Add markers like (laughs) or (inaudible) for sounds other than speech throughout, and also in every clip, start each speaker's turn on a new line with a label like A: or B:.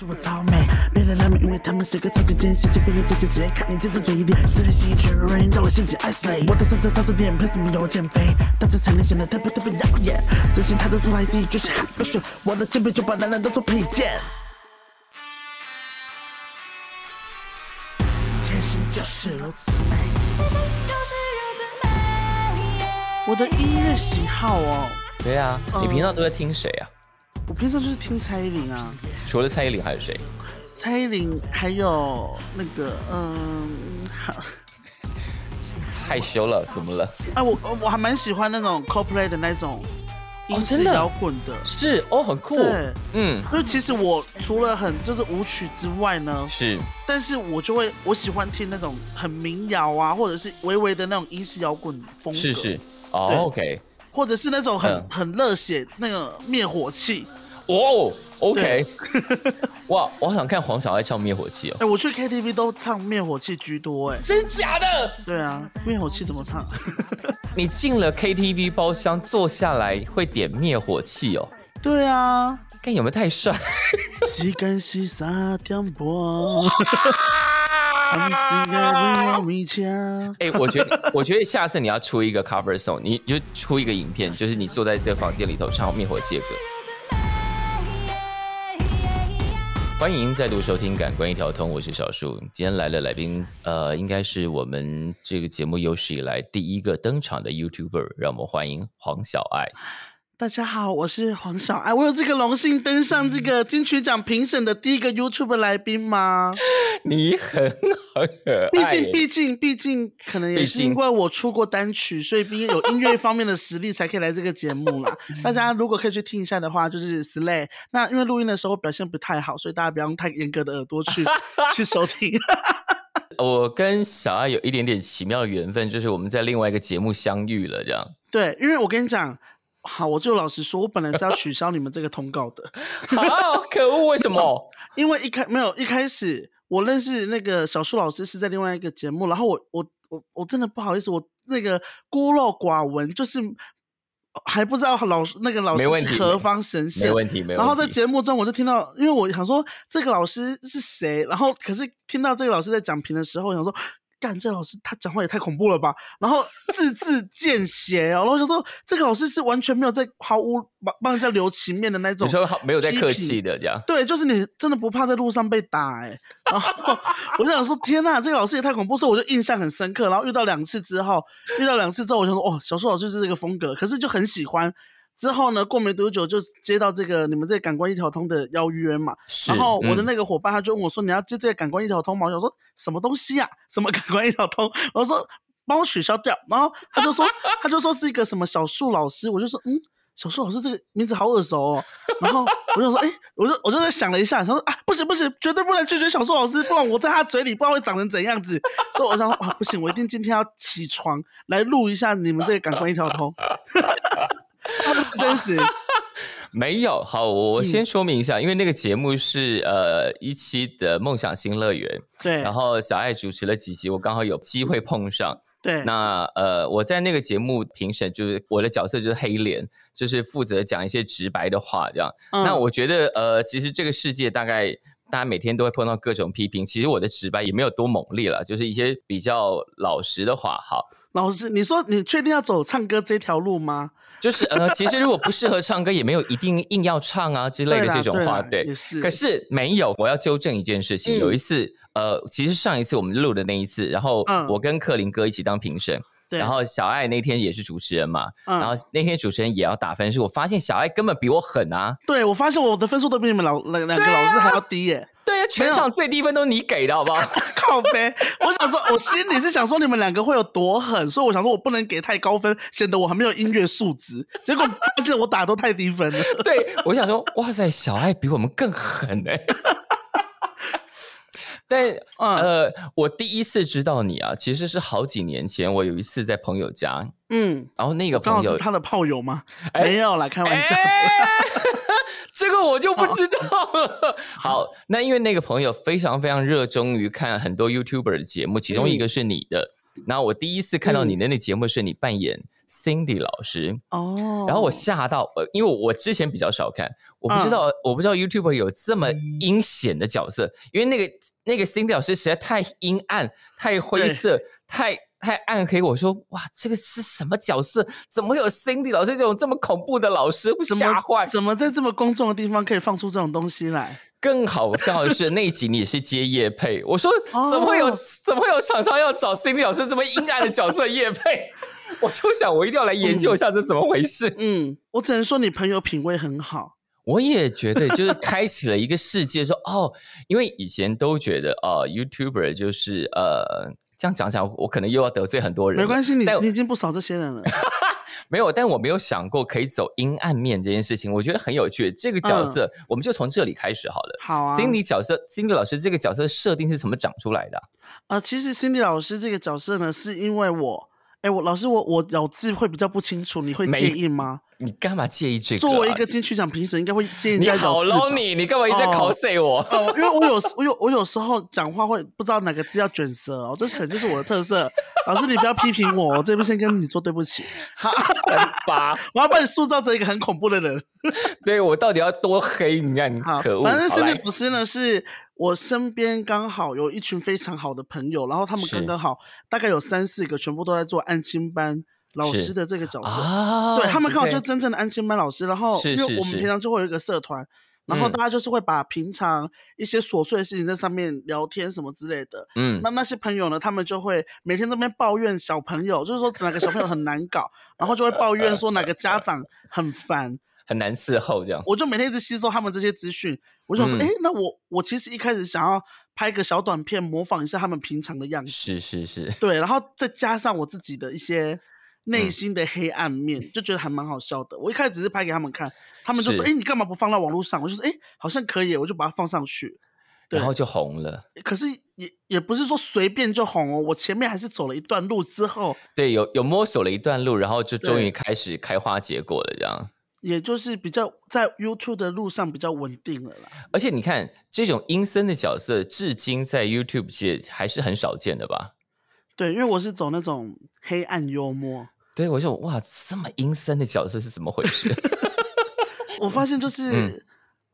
A: 是我草莓，别来拉面，因为他们是个草根奸细，别人这些谁看你尖在嘴里，谁来吸引全人让我兴起爱谁？我的三色杂志店凭什么要我减肥？大家才能显得特别特别耀眼，自信他的出来自己就是 h a 我的肩膀就把男人当做配件。天生就是如此美，我的音乐喜好哦，
B: 对啊，你
A: 嗯
B: 平常都在听谁啊？
A: 我平常就是听蔡依林啊，
B: 除了蔡依林还有谁？
A: 蔡依林还有那个嗯。好
B: 害羞了，怎么了？
A: 哎、我我我还蛮喜欢那种 Coldplay 的那种英式
B: 哦真的
A: 摇滚的，
B: 是哦，很酷
A: 对。
B: 嗯，
A: 就其实我除了很就是舞曲之外呢，
B: 是
A: 但是我就会我喜欢听那种很民谣啊，或者是微微的那种英式摇滚风格，
B: 是是，
A: 对
B: 哦，OK，
A: 或者是那种很、
B: 嗯
A: 很热血那个灭火器。
B: 哦，OK，哇， (laughs) 我好想看黄小爱唱《灭火器》哦
A: 哎、，我去 KTV 都唱灭火器居多、哎，
B: 真假的？
A: 对啊，灭火器怎么唱？
B: 你进了 KTV 包厢坐下来会点灭火器哦？
A: 对啊，
B: 看有没有太帅？ (laughs)
A: 时间是沙点半，我们应该为我们家。
B: 哎、我觉得，我觉得下次你要出一个 cover song，你就出一个影片，就是你坐在这个房间里头唱灭火器的歌。欢迎再度收听《感官一条通》，我是小树。今天来的来宾，呃，应该是我们这个节目有史以来第一个登场的 YouTuber，让我们欢迎黄小爱。 (laughs)
A: 大家好，我是黄小爱，我有这个荣幸登上这个金曲奖评审的第一个 YouTube 来宾吗？
B: 哎你很很可
A: 毕
B: 爱耶
A: 竟，毕竟，毕竟，可能也
B: 毕
A: 是
B: 竟
A: 因为我出过单曲，所以毕竟有音乐方面的实力，才可以来这个节目
B: (laughs)
A: 啦。大家如果可以去听一下的话，就是 Slay。那因为录音的时候表现不太好，所以大家不要用太严格的耳朵去去收听。
B: 我跟小爱有一点点奇妙的缘分，就是我们在另外一个节目相遇了，这样。
A: 对，因为我跟你讲，好，我就老实说，我本来是要取消你们这个通告的。
B: 好、可恶，为什么？
A: 因为一开没有一开始，我认识那个小树老师是在另外一个节目，然后我我我我真的不好意思，我那个孤陋寡闻，就是还不知道老师那个老
B: 没问
A: 师
B: 题
A: 是何方神
B: (laughs) 没
A: 仙。
B: 问题，没问题。
A: 然后在节目中，我就听到，因为我想说这个老师是谁，然后可是听到这个老师在讲评的时候，我想说，干这老师他讲话也太恐怖了吧，然后字字见血哦，然后我想说这个老师是完全没有在毫无帮帮人家留情面的那种，
B: 你说好没有在
A: 批
B: 客
A: 评
B: 气的这样，
A: 对，就是你真的不怕在路上被打哎、 (laughs) 然后我就想说，天呐，这个老师也太恐怖，所以我就印象很深刻。然后遇到两次之后，遇到两次之后，我想说，哦，小树老师就是这个风格，可是就很喜欢。之后呢，过没多久就接到这个你们这个感官一条通的邀约嘛，
B: 是
A: 然后我的
B: 嗯
A: 那个伙伴他就问我说：“你要接这个感官一条通吗？”我想说什么东西呀、什么感官一条通？我说帮我取消掉。然后他就说他就说是一个什么小树老师，我就说嗯，小树老师这个名字好耳熟哦。然后我就说哎、我就我就在想了一下，他说啊不行不行，绝对不能拒绝小树老师，不然我在他嘴里不知道会长成怎样子。所以我想说啊不行，我一定今天要起床来录一下你们这个感官一条通。 (laughs) 真
B: (laughs)
A: 实
B: 没有好，我我
A: 嗯
B: 先说明一下，因为那个节目是呃一期的《梦想新乐园》，
A: 对
B: 然后小爱主持了几集，我刚好有机会碰上。
A: 对
B: 那呃，我在那个节目评审就是我的角色就是黑脸，就是负责讲一些直白的话这样。那
A: 嗯
B: 我觉得呃，其实这个世界大概。大家每天都会碰到各种批评，其实我的直白也没有多猛烈了，就是一些比较老实的话。好，
A: 老师，你说你确定要走唱歌这条路吗？
B: 就是呃，其实如果不适合唱歌，也没有一定硬要唱啊之类的
A: 啦
B: 这种
A: 对
B: 话，
A: 啦
B: 对。
A: 也是。
B: 可是没有，我要纠正一件事情。
A: 嗯
B: 有一次，呃，其实上一次我们录的那一次，然后
A: 嗯
B: 我跟克林哥一起当评审，
A: 对，
B: 然后小爱那天也是主持人嘛，
A: 嗯，
B: 然后那天主持人也要打分数，我发现小爱根本比我狠啊。
A: 对我发现我的分数都比你们老两两个老师还要低耶、 (laughs)
B: 对呀、全场最低分都你给的好不好？
A: 靠呗！我想说，我心里是想说你们两个会有多狠，所以我想说我不能给太高分，显得我还没有音乐素质。结果发现我打都太低
B: (laughs)
A: 分了。
B: 对，我想说，哇塞，小爱比我们更狠哎、 (laughs) 但
A: 嗯
B: 呃，我第一次知道你啊，其实是好几年前，我有一次在朋友家，
A: 嗯，
B: 然后那个
A: 刚好
B: 朋友
A: 是他的炮友吗？
B: 哎
A: 没有啦，开玩笑。
B: 哎 (laughs) 这个我就不知道了。好，那因为那个朋友非常非常热衷于看嗯很多 YouTuber 的节目，其中一个是你的。那我第一次看到你的那节目是你扮演 Cindy 老师。
A: 哦，
B: 然后我吓到，呃，因为我之前比较少看，我
A: 嗯
B: 不知道，我不知道 YouTube 有这么阴险的角色，因为那个那个 Cindy 老师实在太阴暗、太灰色、太太暗黑。我说哇，这个是什么角色？怎么会有 Cindy 老师这种这么恐怖的老师？我
A: 怎
B: 吓坏
A: 么。怎么在这么公众的地方可以放出这种东西来？
B: 更好笑的是那一集你是接叶配，我说怎么会有、
A: 哦
B: 怎么会有厂商要找 Cindy 老师这么阴暗的角色叶配？ (laughs) 我就想我一定要来研究一下这怎么回事。
A: 嗯，我只能说你朋友品味很好。
B: 我也觉得，就是开启了一个世界说，哦，因为以前都觉得哦 y o u t u b e r 就是呃，这样讲讲，我可能又要得罪很多人了。
A: 没关系，你
B: 但
A: 你已经不少这些
B: (laughs)
A: 人了。
B: 没有，但我没有想过可以走阴暗面这件事情，我觉得很有趣。这个角色，我们就从这里开始好了。
A: 嗯好啊
B: Cindy 角色，Cindy 老师这个角色设定是怎么长出来的啊？
A: 呃，其实 Cindy 老师这个角色呢，是因为我，哎，我老师我我咬字会比较不清楚，你会
B: 没
A: 介意吗？
B: 你干嘛介意这个、啊？
A: 作为一个金曲奖评审，应该会介意人
B: 你
A: 家咬
B: 好
A: 字吧。
B: 喽你，你干嘛一直在
A: 哦 (laughs)
B: cos 我？
A: 哦，因为我有时我有我有时候讲话会不知道哪个字要卷舌哦，这可能就是我的特色。老师，你不要批评我，我这边先跟你说对不起。好，
B: 三八，
A: 我要把你塑造成一个很恐怖的人。
B: 对我到底要多黑？你看，
A: 好，
B: 可恶！
A: 反正
B: 好
A: Cindy
B: 来
A: 老师呢，是我身边刚好有一群非常好的朋友，然后他们
B: 是
A: 刚刚好大概有三四个，全部都在做安亲班老
B: 是
A: 师的这个角色。
B: 啊，
A: 对他们刚好
B: OK
A: 就真正的安亲班老师，然后
B: 是
A: 因
B: 是
A: 为我们
B: 是
A: 平常就会有一个社团，然后
B: 嗯
A: 大家就是会把平常一些琐碎的事情在上面聊天什么之类的。
B: 嗯
A: 那那些朋友呢，他们就会每天这边抱怨小朋友，就是说哪个小朋友很难搞，然后就会抱怨说哪个家长很烦。
B: 很难伺候这样。
A: 我就每天一直吸收他们这些资讯，我就想说，
B: 嗯
A: 诶，那我我其实一开始想要拍个小短片，模仿一下他们平常的样子，
B: 是是是，
A: 对，然后再加上我自己的一些内
B: 嗯
A: 心的黑暗面，就觉得还蛮好笑的。我一开始只是拍给他们看，他们就是说，诶，你干嘛不放到网络上？我就说，诶，好像可以，我就把它放上去。对
B: 然后就红了。
A: 可是也也不是说随便就红哦，我前面还是走了一段路之后，
B: 对，有有摸索了一段路，然后就终于
A: 对
B: 开始开花结果了这样。
A: 也就是比较在 YouTube 的路上比较稳定了啦。
B: 而且你看，这种阴森的角色，至今在 YouTube 界还是很少见的吧？
A: 对，因为我是走那种黑暗幽默，
B: 对，我就哇，这么阴森的角色是怎么回事？ (laughs)
A: 我发现就
B: 嗯
A: 是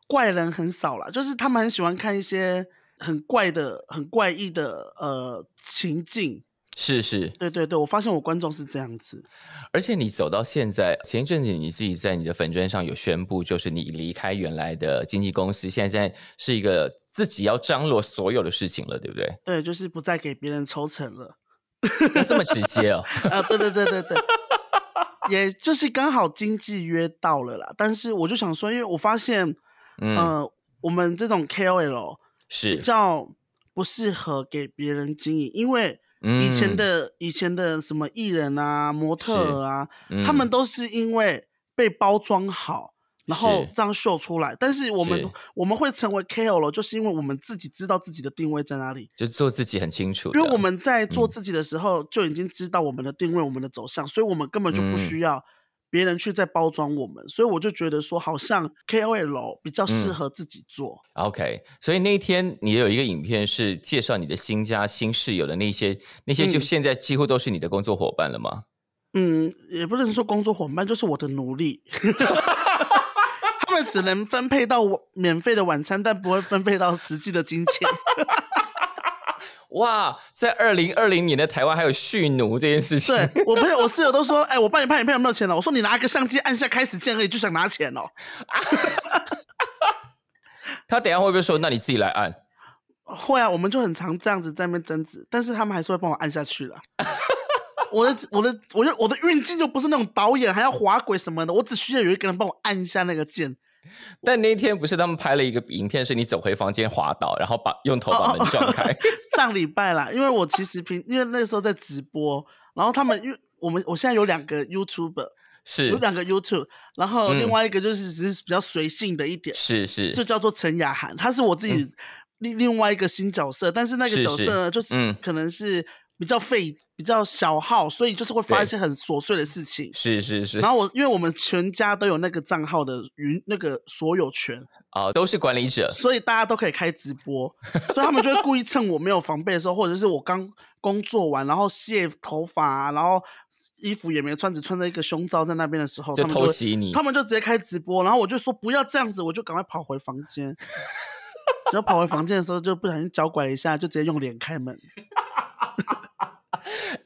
A: 怪人很少啦，就是他们很喜欢看一些很怪的、很怪异的呃情境。
B: 是是，
A: 对对对，我发现我观众是这样子。
B: 而且你走到现在，前一阵子你自己在你的粉砖上有宣布，就是你离开原来的经纪公司，现在是一个自己要张罗所有的事情了，对不对？
A: 对，就是不再给别人抽成了。
B: 要这么直接
A: (laughs)
B: 哦。
A: 啊，对对对对对，也就是刚好经济约到了啦。但是我就想说，因为我发现，
B: 嗯，
A: 呃，我们这种 KOL 比
B: 是，
A: 较不适合给别人经营，因为以
B: 嗯
A: 前的、以前的什么艺人啊、模特儿啊，
B: 嗯
A: 他们都是因为被包装好。然后
B: 是
A: 这样秀出来，但是我们
B: 是
A: 我们会成为 KOL，就是因为我们自己知道自己的定位在哪里，
B: 就做自己很清楚的，
A: 因为我们在做
B: 嗯
A: 自己的时候就已经知道我们的定位、我们的走向，所以我们根本就
B: 嗯
A: 不需要别人去再包装我们。所以我就觉得说，好像 KOL 比较适
B: 嗯
A: 合自己做。
B: OK，所以那一天你有一个影片是介绍你的新家、新室友的那些，那些就
A: 嗯
B: 现在几乎都是你的工作伙伴了吗？
A: 嗯，也不能说工作伙伴，就是我的奴
B: (laughs)
A: 隶。 (laughs) 他们只能分配到我免费的晚餐，但不会分配到实际的金钱。
B: 哇，在二零二零年的台湾还有蓄奴这件事情，
A: 对我朋友、我室友都说：“哎、我帮你拍影片有没有钱了？”我说：“你拿个相机按下开始键而已，就想拿钱哦。
B: (laughs) 他等一下会不会说那你自己来按？”
A: 会啊，我们就很常这样子在那边争执，但是他们还是会帮我按下去
B: (laughs)
A: 了。我的我的我就我的运镜就不是那种导演还要滑轨什么的，我只需要有一个人帮我按一下那个键。
B: 但那天不是他们拍了一个影片，是你走回房间滑倒，然后把用头把门
A: (laughs)
B: 撞开。
A: 上礼拜啦，因为我其实平因 (laughs) 为那时候在直播，然后他们因为我们我现在有两个 YouTube，
B: 是
A: 有两个 YouTube，然后
B: 嗯
A: 另外一个就是只是比较随性的一点，
B: 是是嗯
A: 就叫做陈雅涵，她是我自己另另外一个新角色，但是那个
B: 是
A: 角
B: 是
A: 色呢，就是
B: 嗯
A: 可能是比较费、比较小号，所以就是会发一些很琐碎的事情。
B: 是是是，
A: 然后我因为我们全家都有那个账号的云那个所有
B: (laughs)
A: 权，
B: 哦，都是管理者，
A: 所以大家都可以开直播，所以他们就会故意趁我没有防备的时候，或者是我刚工作完，然后卸头发、啊，然后衣服也没穿，只穿着一个胸罩在那边的时候，
B: 就
A: 他们
B: 偷
A: 会
B: 袭你
A: 他。们就直接开直播，然后我就说不要这样子，我就赶快跑回房
B: (laughs)
A: 间。只要跑回房间的时候，就不小心脚拐了一下，就直接用脸开门。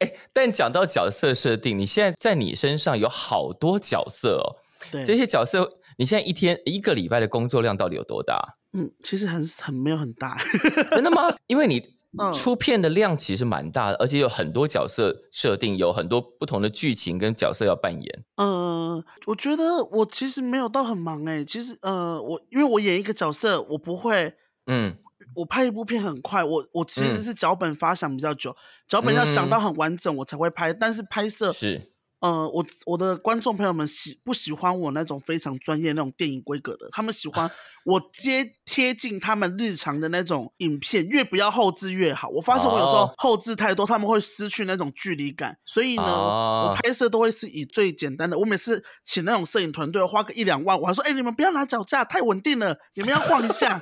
B: 哎，但讲到角色设定，你现在在你身上有好多角色哦，
A: 对，
B: 这些角色你现在一天一个礼拜的工作量到底有多大？ (laughs)
A: 嗯，其实很很没有很大， (laughs)
B: 真的吗？因为你
A: 嗯
B: 出片的量其实蛮大的，而且有很多角色设定，有很多不同的剧情跟角色要扮演。
A: 呃，我觉得我其实没有到很忙哎、其实呃，我因为我演一个角色，我不会，
B: 嗯，
A: 我拍一部片很快，我我其实
B: 嗯
A: 是脚本发想比较久，脚本要想到很完整我才会拍，但是拍摄
B: 是
A: 呃，我我的观众朋友们喜不喜欢我那种非常专业那种电影规格的？他们喜
B: (laughs)
A: 欢我接贴近他们日常的那种影片，越不要后置越好。我发现我有时候
B: 哦
A: 后置太多，他们会失去那种距离感。所以呢，
B: 哦
A: 我拍摄都会是以最简单的。我每次请那种摄影团队花个一两万，我还说：“哎、你们不要拿脚架，太稳定了，你们要晃一下。”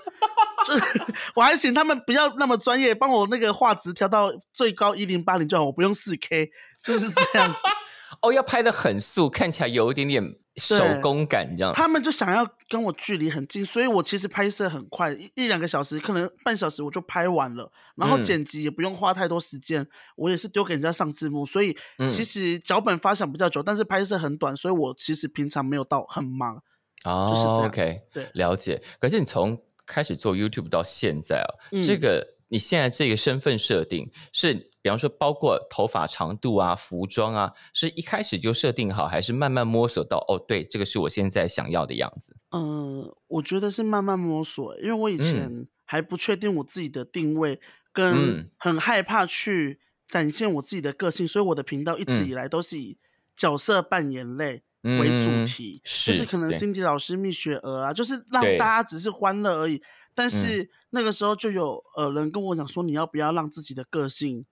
A: 就是我还请他们不要那么专业，帮我那个画质调到最高一零八零就好，我不用四 K，就是这样子。
B: 哦，要拍的很素，看起来有一点点手工感这样。
A: 他们就想要跟我距离很近，所以我其实拍摄很快，一一两个小时，可能半小时我就拍完了，然后
B: 嗯
A: 剪辑也不用花太多时间，我也是丢给人家上字幕，所以
B: 嗯
A: 其实脚本发想比较久，但是拍摄很短，所以我其实平常没有到很忙，就是这
B: 哦
A: 样子
B: ，OK，
A: 对
B: 了解。可是你从开始做 YouTube 到现在啊，
A: 嗯
B: 这个你现在这个身份设定是，比方说包括头发长度啊、服装啊，是一开始就设定好，还是慢慢摸索到哦，对，这个是我现在想要的样子？
A: 嗯、我觉得是慢慢摸索，因为我以前还不确定我自己的定位，
B: 嗯
A: 跟很害怕去展现我自己的个性，所以我的频道一直
B: 嗯
A: 以来都是以角色扮演类。
B: 嗯
A: 为主题，就是
B: 是
A: 可能
B: 对
A: Cindy 老师、蜜雪儿啊，就是让
B: 对嗯
A: 大家只是欢乐而已。但是那个时候就有呃人跟我讲说，你要不要让自己的个性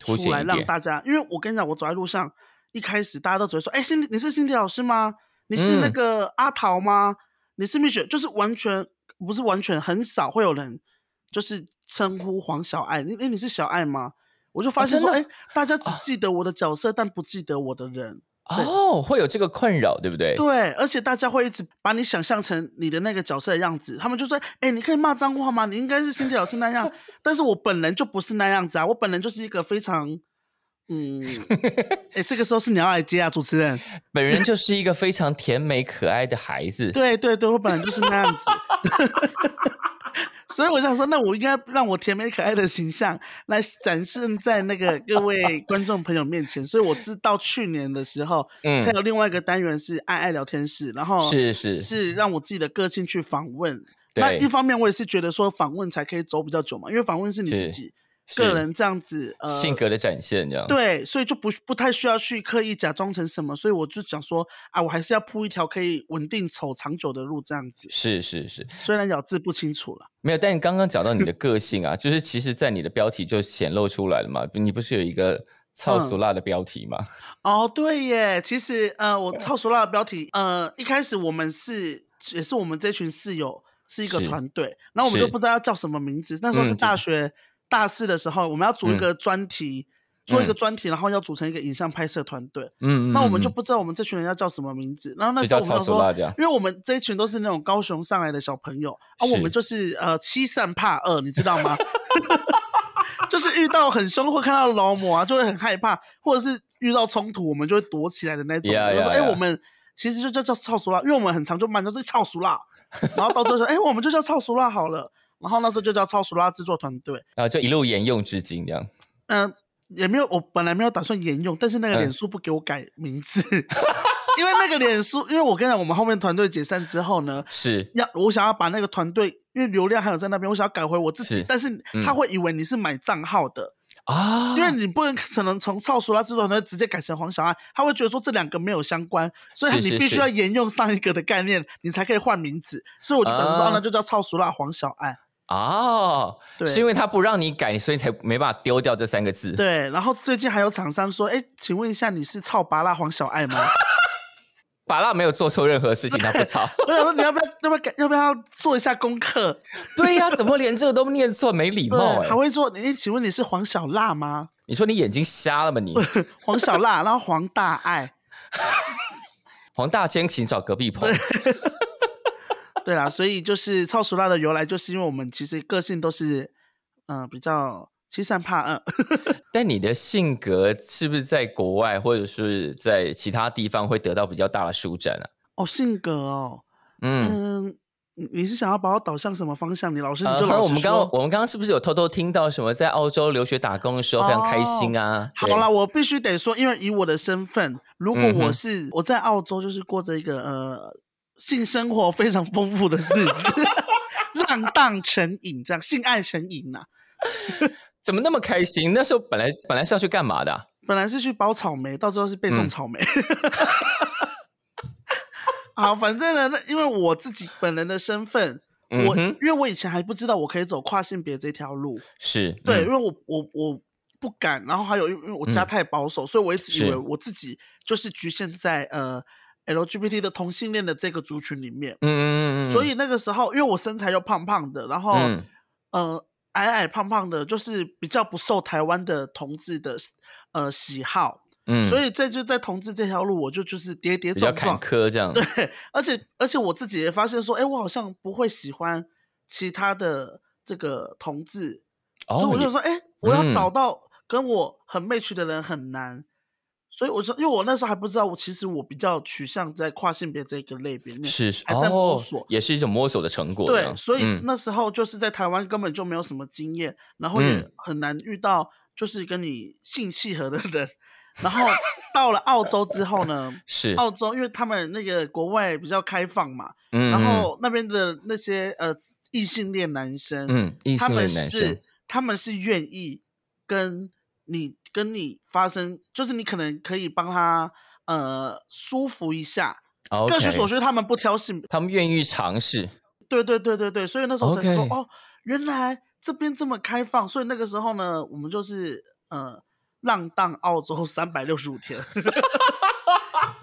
B: 凸
A: 出
B: 显
A: 来，
B: 一
A: 让
B: 点
A: 大家？因为我跟你讲，我走在路上，一开始大家都只会说，哎、c i n d y 你是 Cindy 老师吗？你是那
B: 嗯
A: 个阿桃吗？你是蜜雪？就是完全不是完全很少会有人就是称呼黄小爱，你哎、你是小爱吗？我就发
B: 哦
A: 现
B: 真
A: 说，
B: 的
A: 哎、大家只记得我的角色，但不记得我的人。对
B: 哦，会有这个困扰，对不对？
A: 对，而且大家会一直把你想象成你的那个角色的样子，他们就说：“哎、你可以骂脏话吗？你应该是辛迪老师那样。”但是我本人就不是那样子啊，我本人就是一个非常，嗯，哎、这个时候是你要来接啊，主持人。
B: 本人就是一个非常甜美可爱的孩子。
A: 对对对，我本来就是那样子。 (laughs) 所以我想说，那我应该让我甜美可爱的形象来展示在那个各位观众朋友面前。所以我是到去年的时候，
B: 嗯
A: 才有另外一个单元是爱爱聊天室，然后
B: 是是
A: 是让我自己的个性去访问。
B: 对
A: 那一方面，我也是觉得说访问才可以走比较久嘛，因为访问是你自
B: 是
A: 己
B: 是
A: 个人这样子呃
B: 性格的展现，这样。
A: 对，所以就不不太需要去刻意假装成什么，所以我就想说啊，我还是要铺一条可以稳定走长久的路，这样子。
B: 是是是，
A: 虽然咬字不清楚了，
B: 没有。但你刚刚讲到你的个性啊，就是其实，在你的标题就显露出来了嘛。你不是有一个操
A: 嗯
B: 俗辣的标题吗？
A: 哦，对耶，其实呃，我超熟辣的标题，呃，一开始我们是也是我们这群室友是一个
B: 是
A: 团队，然后我们就是不知道要叫什么名字，那时候是
B: 嗯
A: 大学、大四的时候，我们要组一
B: 嗯
A: 个专题。做一个
B: 嗯
A: 专题，然后要组成一个影像拍摄团队，
B: 嗯
A: (laughs) 那我们就
B: 嗯
A: 不知道我们这群人要叫什么名字。然后那
B: 就
A: 时候
B: 叫
A: 我们
B: 操
A: 就
B: 俗
A: 说
B: 辣，这样。
A: 因为我们这一群都是那种高雄上来的小朋友啊，我们
B: 是
A: 就是呃欺善怕恶，你知道吗？ (laughs) 就是遇到很凶或看到劳模啊，就会很害怕，或者是遇到冲突，我们就会躲起来的那种。
B: Yeah,
A: 我就说，
B: yeah,
A: 哎、
B: yeah.
A: 我们其实就叫叫操熟辣，因为我们很常就骂，就是操熟辣，然后到最后说，哎、我们就叫操熟辣好了。然后那时候就叫操熟辣制作团队，
B: 然后就一路沿用至今，这样。
A: 嗯、也没有，我本来没有打算沿用，但是那个
B: 嗯
A: 脸书不给我改名字， (laughs) 因为那个脸书，因为我跟你讲，我们后面团队解散之后呢，
B: 是
A: 要我想要把那个团队，因为流量还有在那边，我想要改回我自己，
B: 是
A: 但是
B: 嗯
A: 他会以为你是买账号的，
B: 啊，
A: 因为你不能可能从超熟拉制作团队直接改成黄小爱，他会觉得说这两个没有相关，所以
B: 是是
A: 你必须
B: 是
A: 要沿用上一个的概念，你才可以换名字，所以我就打算说、
B: 啊
A: 啊那就叫超熟拉黄小爱，
B: 哦，
A: 对
B: 是因为他不让你改，所以才没办法丢掉这三个 (laughs) 字。
A: 对，然后最近还有厂商说，哎，请问一下你是操拔辣黄小爱吗？ (laughs)
B: 巴拉没有做错任何事情，他不操。
A: 我想说你要不要要不要改要不要做一下功课？
B: 对呀、怎么连这个都念错， (laughs) 没礼
A: 对
B: 貌哎、
A: 还会说，哎，请问你是黄小辣吗？ (laughs)
B: 你说你眼睛瞎了吗你？
A: 黄小辣，然后黄大爱。
B: 黄大仙请找隔壁棚。
A: 对啦，所以就是超熟辣的由来，就是因为我们其实个性都是，嗯、比较欺善怕恶。 (laughs)
B: 但你的性格是不是在国外或者是在其他地方会得到比较大的舒展啊？
A: 哦，性格哦，
B: 嗯，
A: 嗯，你你是想要把我导向什么方向？你老师你
B: 呃
A: 就
B: 还有
A: 老
B: 我
A: 实
B: 们刚
A: 说。
B: 刚我们刚刚是不是有偷偷听到什么在澳洲留学打工的时候非常开心啊？
A: 哦好
B: 对
A: 啦，，我必须得说，因为以我的身份，如果
B: 嗯哼
A: 我是、我在澳洲，就是过着一个呃性生活非常丰富的日子， (laughs) 浪荡成瘾，这样性爱成瘾呐、
B: 怎么那么开心？那时候本来本来是要去干嘛的啊、
A: 本来是去包草莓，到最后是被种
B: 嗯
A: 草莓。 (laughs) 好，反正呢，那因为我自己本人的身份，我
B: 嗯哼
A: 因为我以前还不知道我可以走跨性别这条路，
B: 是
A: 对，
B: 嗯
A: 因为我我我不敢，然后还有因为因为我家
B: 嗯
A: 太保守，所以我一直以
B: 是
A: 为我自己就是局限在呃 LGBT 的同性恋的这个族群里面，
B: 嗯嗯嗯嗯，
A: 所以那个时候因为我身材又胖胖的，然后、
B: 嗯
A: 呃矮矮胖胖的，就是比较不受台湾的同志的呃喜好，
B: 嗯，
A: 所
B: 以
A: 以这就在同志这条路，我就就是跌跌
B: 比较
A: 撞撞，
B: 坎坷这样。
A: 对， (laughs) 而且而且我自己也发现说，哎，我好像不会喜欢其他的这个同志，
B: 哦，
A: 所以我就
B: 你
A: 说，哎，我要
B: 嗯
A: 找到跟我很 match 的人很难。所以我说，因为我那时候还不知道，我其实我比较取向在跨性别这个类别里面，
B: 是是
A: 还在摸
B: 哦
A: 索
B: 也是一种摸索的成果这样。
A: 对，所以
B: 嗯
A: 那时候就是在台湾根本就没有什么经验，然后也
B: 嗯
A: 很难遇到就是跟你性契合的人。然后到了澳洲之后呢，
B: (laughs) 是，
A: 澳洲因为他们那个国外比较开放嘛，
B: 嗯
A: 然
B: 嗯
A: 后那边的那些呃异性恋男生，
B: 嗯，异
A: 他
B: 性
A: 们
B: 恋男
A: 是
B: 生，
A: 他们是愿意跟你跟你发生，就是你可能可以帮他呃舒服一下，各取所
B: OK，
A: 需，他们不挑性
B: 他们愿意尝试，
A: 对对对对对，所以那时候才说
B: OK
A: 哦，原来这边这么开放，所以那个时候呢，我们就是呃浪荡澳洲三百六十五天。 (laughs)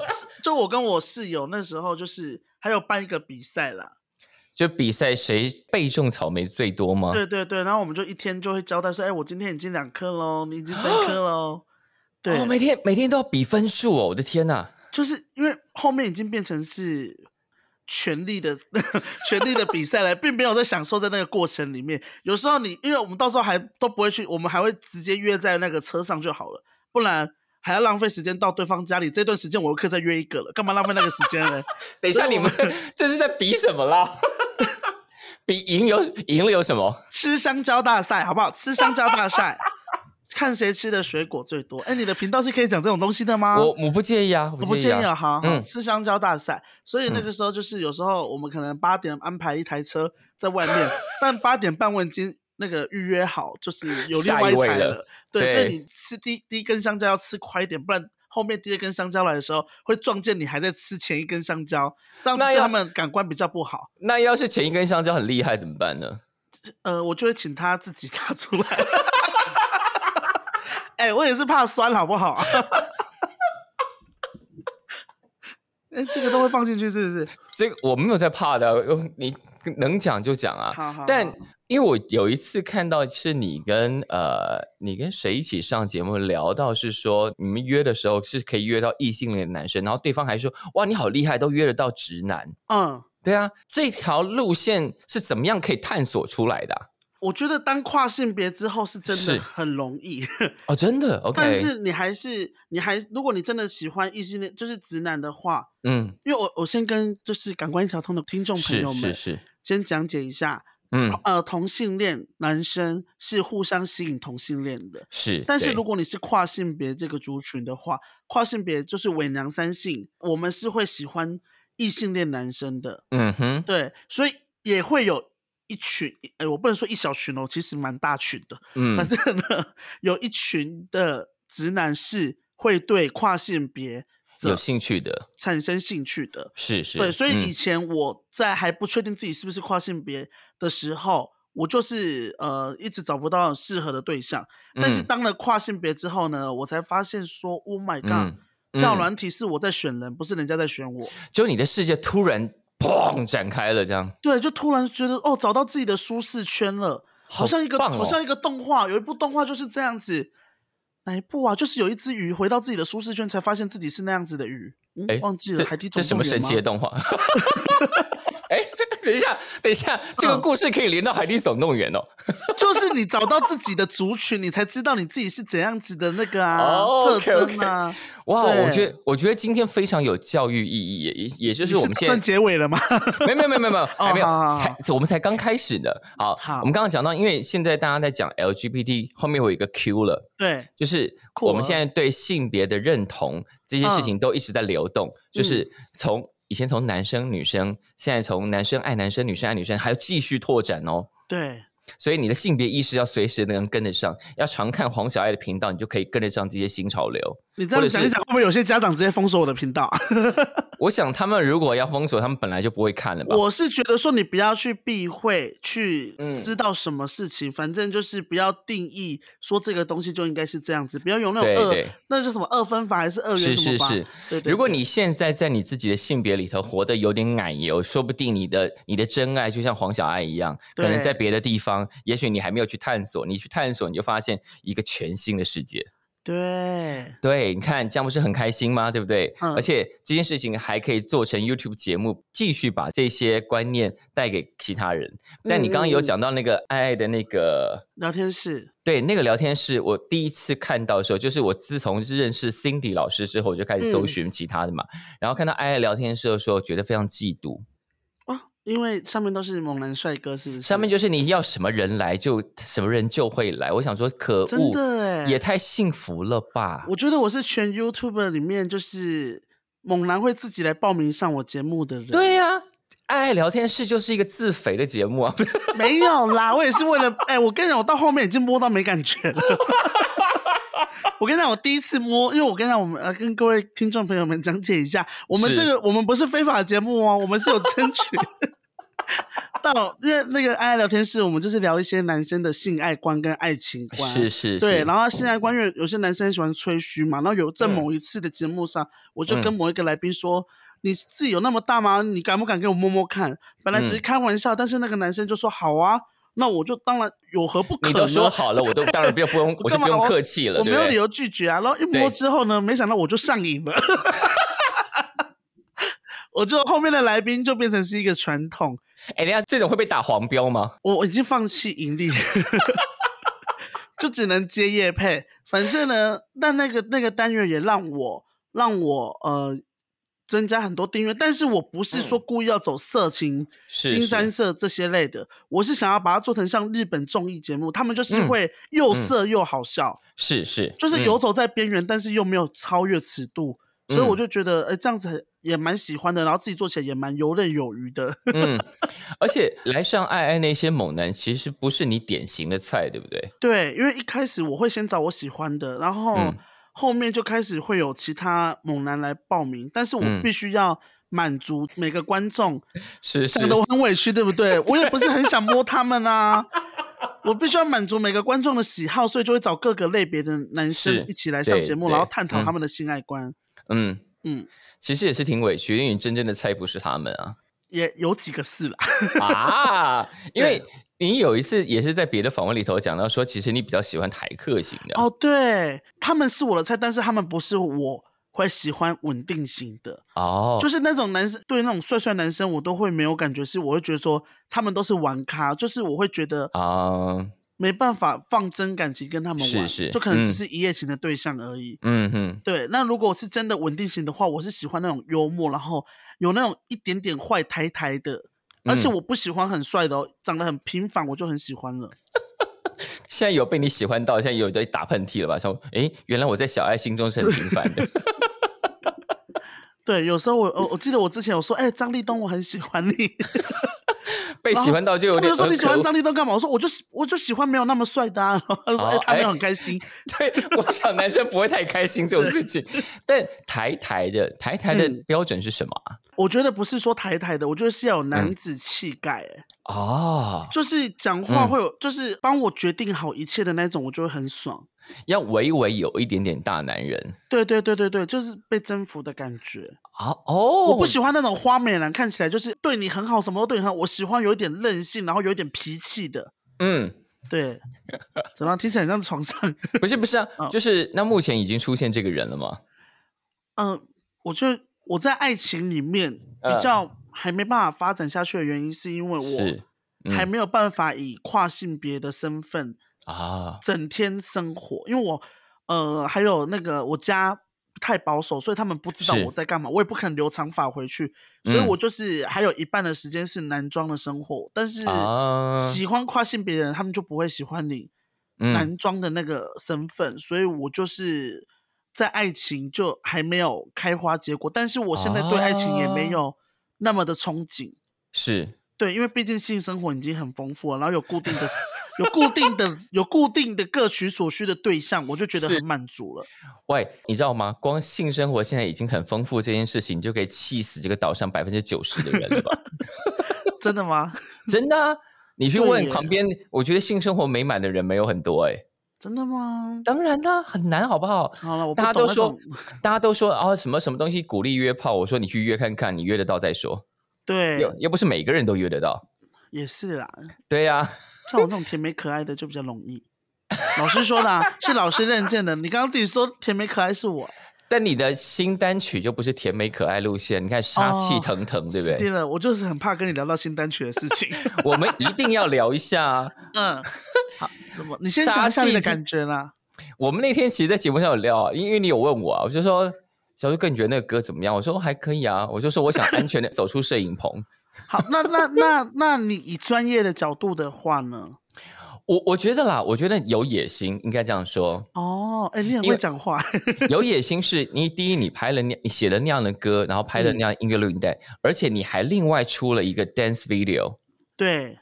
A: 是就我跟我室友那时候就是还有办一个比赛啦，
B: 就比赛谁被种草莓最多吗？
A: 对对对，然后我们就一天就会交代说，哎，我今天已经两颗喽，你已经三颗喽，对，
B: 哦，每天每天都要比分数哦，我的天呐、
A: 就是因为后面已经变成是权力的 (laughs) 权力的比赛了，并没有在享受在那个过程里面。有时候你，因为我们到时候还都不会去，我们还会直接约在那个车上就好了，不然还要浪费时间到对方家里。这段时间我又可以再约一个了，干嘛浪费那个时间呢？
B: 等一下，你们 (laughs) 这是在比什么啦？ (laughs) 比赢有赢了有什么？
A: 吃香蕉大赛好不好？吃香蕉大赛， (laughs) 看谁吃的水果最多。哎，你的频道是可以讲这种东西的吗？
B: 我我不介意啊，
A: 我
B: 我
A: 不
B: 不
A: 建
B: 介
A: 议
B: 意
A: 啊，
B: 啊。
A: 好好
B: 嗯
A: 吃香蕉大赛。所以那个时候就是有时候我们可能八点安排一台车在外
B: (laughs)
A: 面，但八点半我已经那个预约好，就是有另
B: 下
A: 外
B: 一位
A: 台
B: 了
A: 对，所
B: 对
A: 以你吃第第一根香蕉要吃快一点，不然后面第二根香蕉来的时候会撞见你还在吃前一根香蕉，这样子
B: 那
A: 对
B: 要
A: 他们感官比较不好。
B: 那要是前一根香蕉很厉害怎么办呢？
A: 呃，我就会请他自己拿出来。 (laughs) 哎、我也是怕酸，好不好？ (laughs) 哎、这个都会放进去是不是？
B: 这个我没有在怕的，呃你能讲就讲啊。
A: 好好好
B: 但因为我有一次看到是你跟呃，你跟谁一起上节目聊到是说，你们约的时候是可以约到异性恋的男生，然后对方还说哇你好厉害，都约得到直男。
A: 嗯，
B: 对啊，这条路线是怎么样可以探索出来的啊、
A: 我觉得当跨性别之后是真的
B: 是
A: 很容易，
B: 哦，真的
A: (laughs)
B: ，OK，
A: 但是你还是你还，如果你真的喜欢异性恋，就是直男的话，
B: 嗯，
A: 因为我我先跟就是感官一条通的听众朋
B: 是
A: 友
B: 是
A: 们
B: 是，
A: 先讲解一下，
B: 嗯，
A: 呃，同性恋男生是互相吸引同性恋的，
B: 是。
A: 但是
B: 对
A: 如果你是跨性别这个族群的话，跨性别就是伪娘三性，我们是会喜欢异性恋男生的，
B: 嗯哼，
A: 对，所以也会有一群，呃，我不能说一小群哦，其实蛮大群的。反
B: 嗯，
A: 正呢， (laughs) 有一群的直男是会对跨性别
B: 有
A: 者
B: 兴趣的，
A: 产生兴趣的。
B: 是是，
A: 对，所以以
B: 嗯
A: 前我在还不确定自己是不是跨性别的时候，我就是呃一直找不到适合的对象。但是
B: 嗯
A: 当了跨性别之后呢，我才发现说，Oh my god，
B: 嗯，
A: 交友
B: 嗯
A: 软体是我在选人，不是人家在选我。
B: 就你的世界突然砰展开了，这样
A: 对，就突然觉得哦，找到自己的舒适圈了，好像一个
B: 棒
A: 好
B: 哦
A: 像一个动画，有一部动画就是这样子。哪一部啊？就是有一只鱼回到自己的舒适圈，才发现自己是那样子的鱼。嗯，
B: 哎
A: 忘记
B: 这
A: 了海底
B: 这
A: 总
B: 什
A: 动
B: 么
A: 员
B: 神
A: 吗
B: 奇的动画？ (laughs) 哎，等一下，等一下，这个
A: 嗯
B: 故事可以连到《海底总动员》哦。
A: 就是你找到自己的族群，你才知道你自己是怎样子的那个啊、
B: 哦
A: 特
B: OK，OK
A: 征啊。
B: 哇，我觉
A: 对
B: 得我觉得今天非常有教育意义，也也也就是
A: 你
B: 我们
A: 打
B: 现
A: 算
B: 在
A: 结尾
B: (laughs)
A: 了吗？
B: 没有没有没有没
A: (laughs)
B: 有没有还没有，
A: 好好好
B: 才我们才刚开始呢。好，
A: 好
B: 我们刚刚讲到，因为现在大家在讲 LGBT，后面会有一个 Q 了，
A: 对，
B: 就是
A: 酷嗯
B: 我们
A: 儿
B: 现在对性别的认同这件事情都一直在流动，
A: 嗯
B: 就是从以前从男生女生，现在从男生爱男生，女生爱女生，还要继续拓展哦。
A: 对，
B: 所以你的性别意识要随时能跟得上，要常看黄小爱的频道，你就可以跟得上这些新潮流。
A: 你这
B: 或
A: 样
B: 者
A: 讲
B: 是
A: 一讲，会不会有些家长直接封锁我的频道啊？
B: 我想他们如果要封锁，他们本来就不会看
A: (laughs)
B: 了吧？
A: 我是觉得说你不要去避讳，去
B: 嗯
A: 知道什么事情，反正就是不要定义说这个东西就应该是这样子，不要有那种
B: 对
A: 二，
B: 对
A: 那叫什么二分法还是二元
B: 是
A: 什么
B: 是
A: 法？
B: 是，
A: 对对。
B: 如果
A: 对
B: 你现在在你自己的性别里头活得有点奶油，说不定你的你的真爱就像黄小爱一样，可能在
A: 对
B: 别的地方，也许你还没有去探索，你去探索你就发现一个全新的世界。
A: 对
B: 对，你看这样不是很开心吗？对不对？
A: 嗯
B: 而且这件事情还可以做成 YouTube 节目，继续把这些观念带给其他人。但你刚刚有
A: 嗯嗯嗯
B: 讲到那个爱爱的那个。
A: 聊天室，
B: 对，那个聊天室我第一次看到的时候，就是我自从认识 Cindy 老师之后，我就开始搜
A: 嗯
B: 寻其他的嘛。然后看到爱爱聊天室的时候，觉得非常嫉妒。
A: 啊，因为上面都是猛男帅哥，是不是？
B: 上面就是你要什么人来就什么人就会来，我想说可
A: 真
B: 恶，
A: 的哎，
B: 也太幸福了吧！
A: 我觉得我是全 YouTube 里面就是猛男会自己来报名上我节目的人。，
B: 对呀、爱爱聊天室就是一个自肥的节目啊，
A: 没有啦，我也是为了哎、我跟你讲，我到后面已经摸到没感觉了。 (laughs) 我跟你讲，我第一次摸，因为我跟你讲，我们呃跟各位听众朋友们讲解一下，我们
B: 是
A: 这个我们不是非法节目哦，我们是有争取 (laughs) 到，因为那个爱爱聊天室，我们就是聊一些男生的性爱观跟爱情观，
B: 是是，
A: 对，
B: 是
A: 然后现在关于有些男生很喜欢吹嘘嘛，然后有在
B: 嗯
A: 某一次的节目上，我就
B: 嗯
A: 跟某一个来宾说。你自己有那么大吗？你敢不敢给我摸摸看？本来只
B: 嗯
A: 是开玩笑，但是那个男生就说好啊，那我就当然有何不可
B: 你
A: 呢？
B: 都说好了，我都当然不用不用，我就
A: 干嘛
B: 不
A: (laughs)
B: 用
A: 我
B: 客气了，
A: 我
B: 对
A: 没
B: 不
A: 有
B: 对
A: 理由拒绝啊。然后一摸
B: 对
A: 之后呢，没想到我就上瘾了， (laughs) 我就后面的来宾就变成是一个传统，
B: 哎，等一下这种会被打黄标吗？
A: 我我已经放弃盈利， (laughs) 就只能接业配。反正呢，但那个那个单元也让我让我呃增加很多订阅，但是我不是说故意要走色情、
B: 嗯是
A: 新
B: 是
A: 三色这些类的，我是想要把它做成像日本综艺节目，他们就是
B: 嗯
A: 会又色又好笑，
B: 是是，
A: 就是
B: 嗯
A: 游走在边缘，但是又没有超越尺度。所以我
B: 嗯
A: 就觉得，哎、这样子很也蛮喜欢的，然后自己做起来也蛮游刃有余的。
B: 嗯，而且来上爱爱那些猛男，其实不是你典型的菜，对不对？
A: 对，因为一开始我会先找我喜欢的，然后
B: 嗯
A: 后面就开始会有其他猛男来报名，但是
B: 嗯
A: 我必须要满足每个观众，
B: 是是
A: 讲，的我很委屈，对不对？我也不是很想摸他们啊，我必须要满足每个观众的喜好，所以就会找各个类别的男
B: 是
A: 生一起来上
B: 对
A: 节目，
B: 对
A: 然后探讨
B: 嗯
A: 他们的性爱观。
B: 嗯嗯
A: 嗯，
B: 其实也是挺委屈，因为你真正的菜不是他们
A: (laughs)
B: 啊
A: 也有几个是啦，
B: 啊，因为
A: 对
B: 你有一次也是在别的访问里头讲到说，其实你比较喜欢台客型的
A: 哦，对，他们是我的菜，但是他们不是我会喜欢稳定型的。
B: 哦，
A: 就是那种男生对那种帅帅男生，我都会没有感觉，是我会觉得说他们都是玩咖，就是我会觉得
B: 啊，
A: 没办法放真感情跟他们玩，
B: 是是
A: 就可能
B: 嗯
A: 只是一夜情的对象而已。
B: 嗯哼，
A: 对，那如果是真的稳定型的话，我是喜欢那种幽默，然后有那种一点点坏胎胎的，而且
B: 嗯
A: 我不喜欢很帅的哦，长得很平凡，我就很喜欢了。
B: 现在有被你喜欢到，现在有在打喷嚏了吧？说，诶，原来我在小爱心中是很平凡
A: (laughs)
B: 的，
A: 对，有时候我我我记得我之前有说，哎、张立东我很喜欢你，
B: 被喜欢到就有
A: 我
B: 点
A: 就说你喜欢
B: 可恶
A: 张立东干嘛？我说我就喜我就喜欢没有那么帅的、啊，然后他就说，哎、
B: 哦
A: 他没有
B: 哎
A: 很开心。
B: (laughs) 对，我想男生不会太开心这种事情。但台台的台台的
A: 嗯
B: 标准是什么啊？
A: 我觉得不是说台台的，我觉得是要有男
B: 嗯
A: 子气概、欸，
B: 哦，
A: 就是讲话会有，就是帮我决定好一切的那种，我就会很爽。
B: 要微微有一点点大男人
A: 对对对对对，就是被征服的感觉。
B: 啊哦，
A: 我不喜欢那种花美男，看起来就是对你很好，什么都对你很好。我喜欢有一点任性，然后有一点脾气的。
B: 嗯， (laughs)
A: 对，怎么样听起来很像床上？
B: 不是不
A: (laughs)
B: 是啊，就是那目前已经出现这个人了吗？
A: 嗯、我觉得我在爱情里面
B: 呃
A: 比较还没办法发展下去的原因，是因为我
B: 是，嗯
A: 还没有办法以跨性别的身份
B: 啊，
A: 整天生活，因为我呃还有那个我家太保守，所以他们不知道
B: 是
A: 我在干嘛，我也不肯留长发回去，所以
B: 嗯
A: 我就是还有一半的时间是男装的生活，但是
B: 啊
A: 喜欢跨性别的人，他们就不会喜欢你
B: 嗯
A: 男装的那个身份，所以我就是在爱情就还没有开花结果，但是我现在对爱情也没
B: 啊
A: 有那么的憧憬。
B: 是
A: 对，因为毕竟性生活已经很丰富了，然后有固定的、有固定的、有固定的各取所需的对象，我就觉得
B: 是
A: 很满足了。
B: 喂，你知道吗？光性生活现在已经很丰富这件事情，你就可以气死这个岛上百分之九十的人了吧？ (laughs)
A: 真的吗？
B: 真的啊、你去
A: 对
B: 问
A: 耶
B: 旁边，我觉得性生活美满的人没有很多哎、
A: 真的吗？
B: 当然啦、很难好不好？
A: 好了，我不
B: 大家
A: 懂
B: 都
A: 那
B: 说
A: 种，
B: 大家都说哦，什么什么东西鼓励约炮，我说你去约看看，你约得到再说，
A: 对
B: 又，又不是每个人都约得到。
A: 也是啦。
B: 对呀、
A: 像我这种甜美可爱的就比较容易。老师说的、啊，是老师认证的。你刚刚自己说甜美可爱是我，
B: 但你的新单曲就不是甜美可爱路线，你看杀气
A: 哦
B: 腾腾，对不
A: 死定
B: 对？
A: 了，我就是很怕跟你聊到新单曲的事
B: (laughs)
A: 情。
B: 我们一定要聊一下啊。
A: 嗯，好，什么？你先讲一下你的感觉啦。
B: 我们那天其实，在节目上有聊啊，因为你有问我啊，我就说小猪哥，你觉得那个歌怎么样？我说还可以啊，我就说我想安全的走出摄影棚。
A: 好，那那那那你以专业的角度的话呢？
B: 我我觉得啦，我觉得有野心，应该这样说，
A: 哦，哎、你很
B: 因为
A: 会讲话。 (laughs)
B: 有野心是你第一，你拍了那你写了那样的歌，然后拍了那样音乐录影带，而且你还另外出了一个 dance video，
A: 对，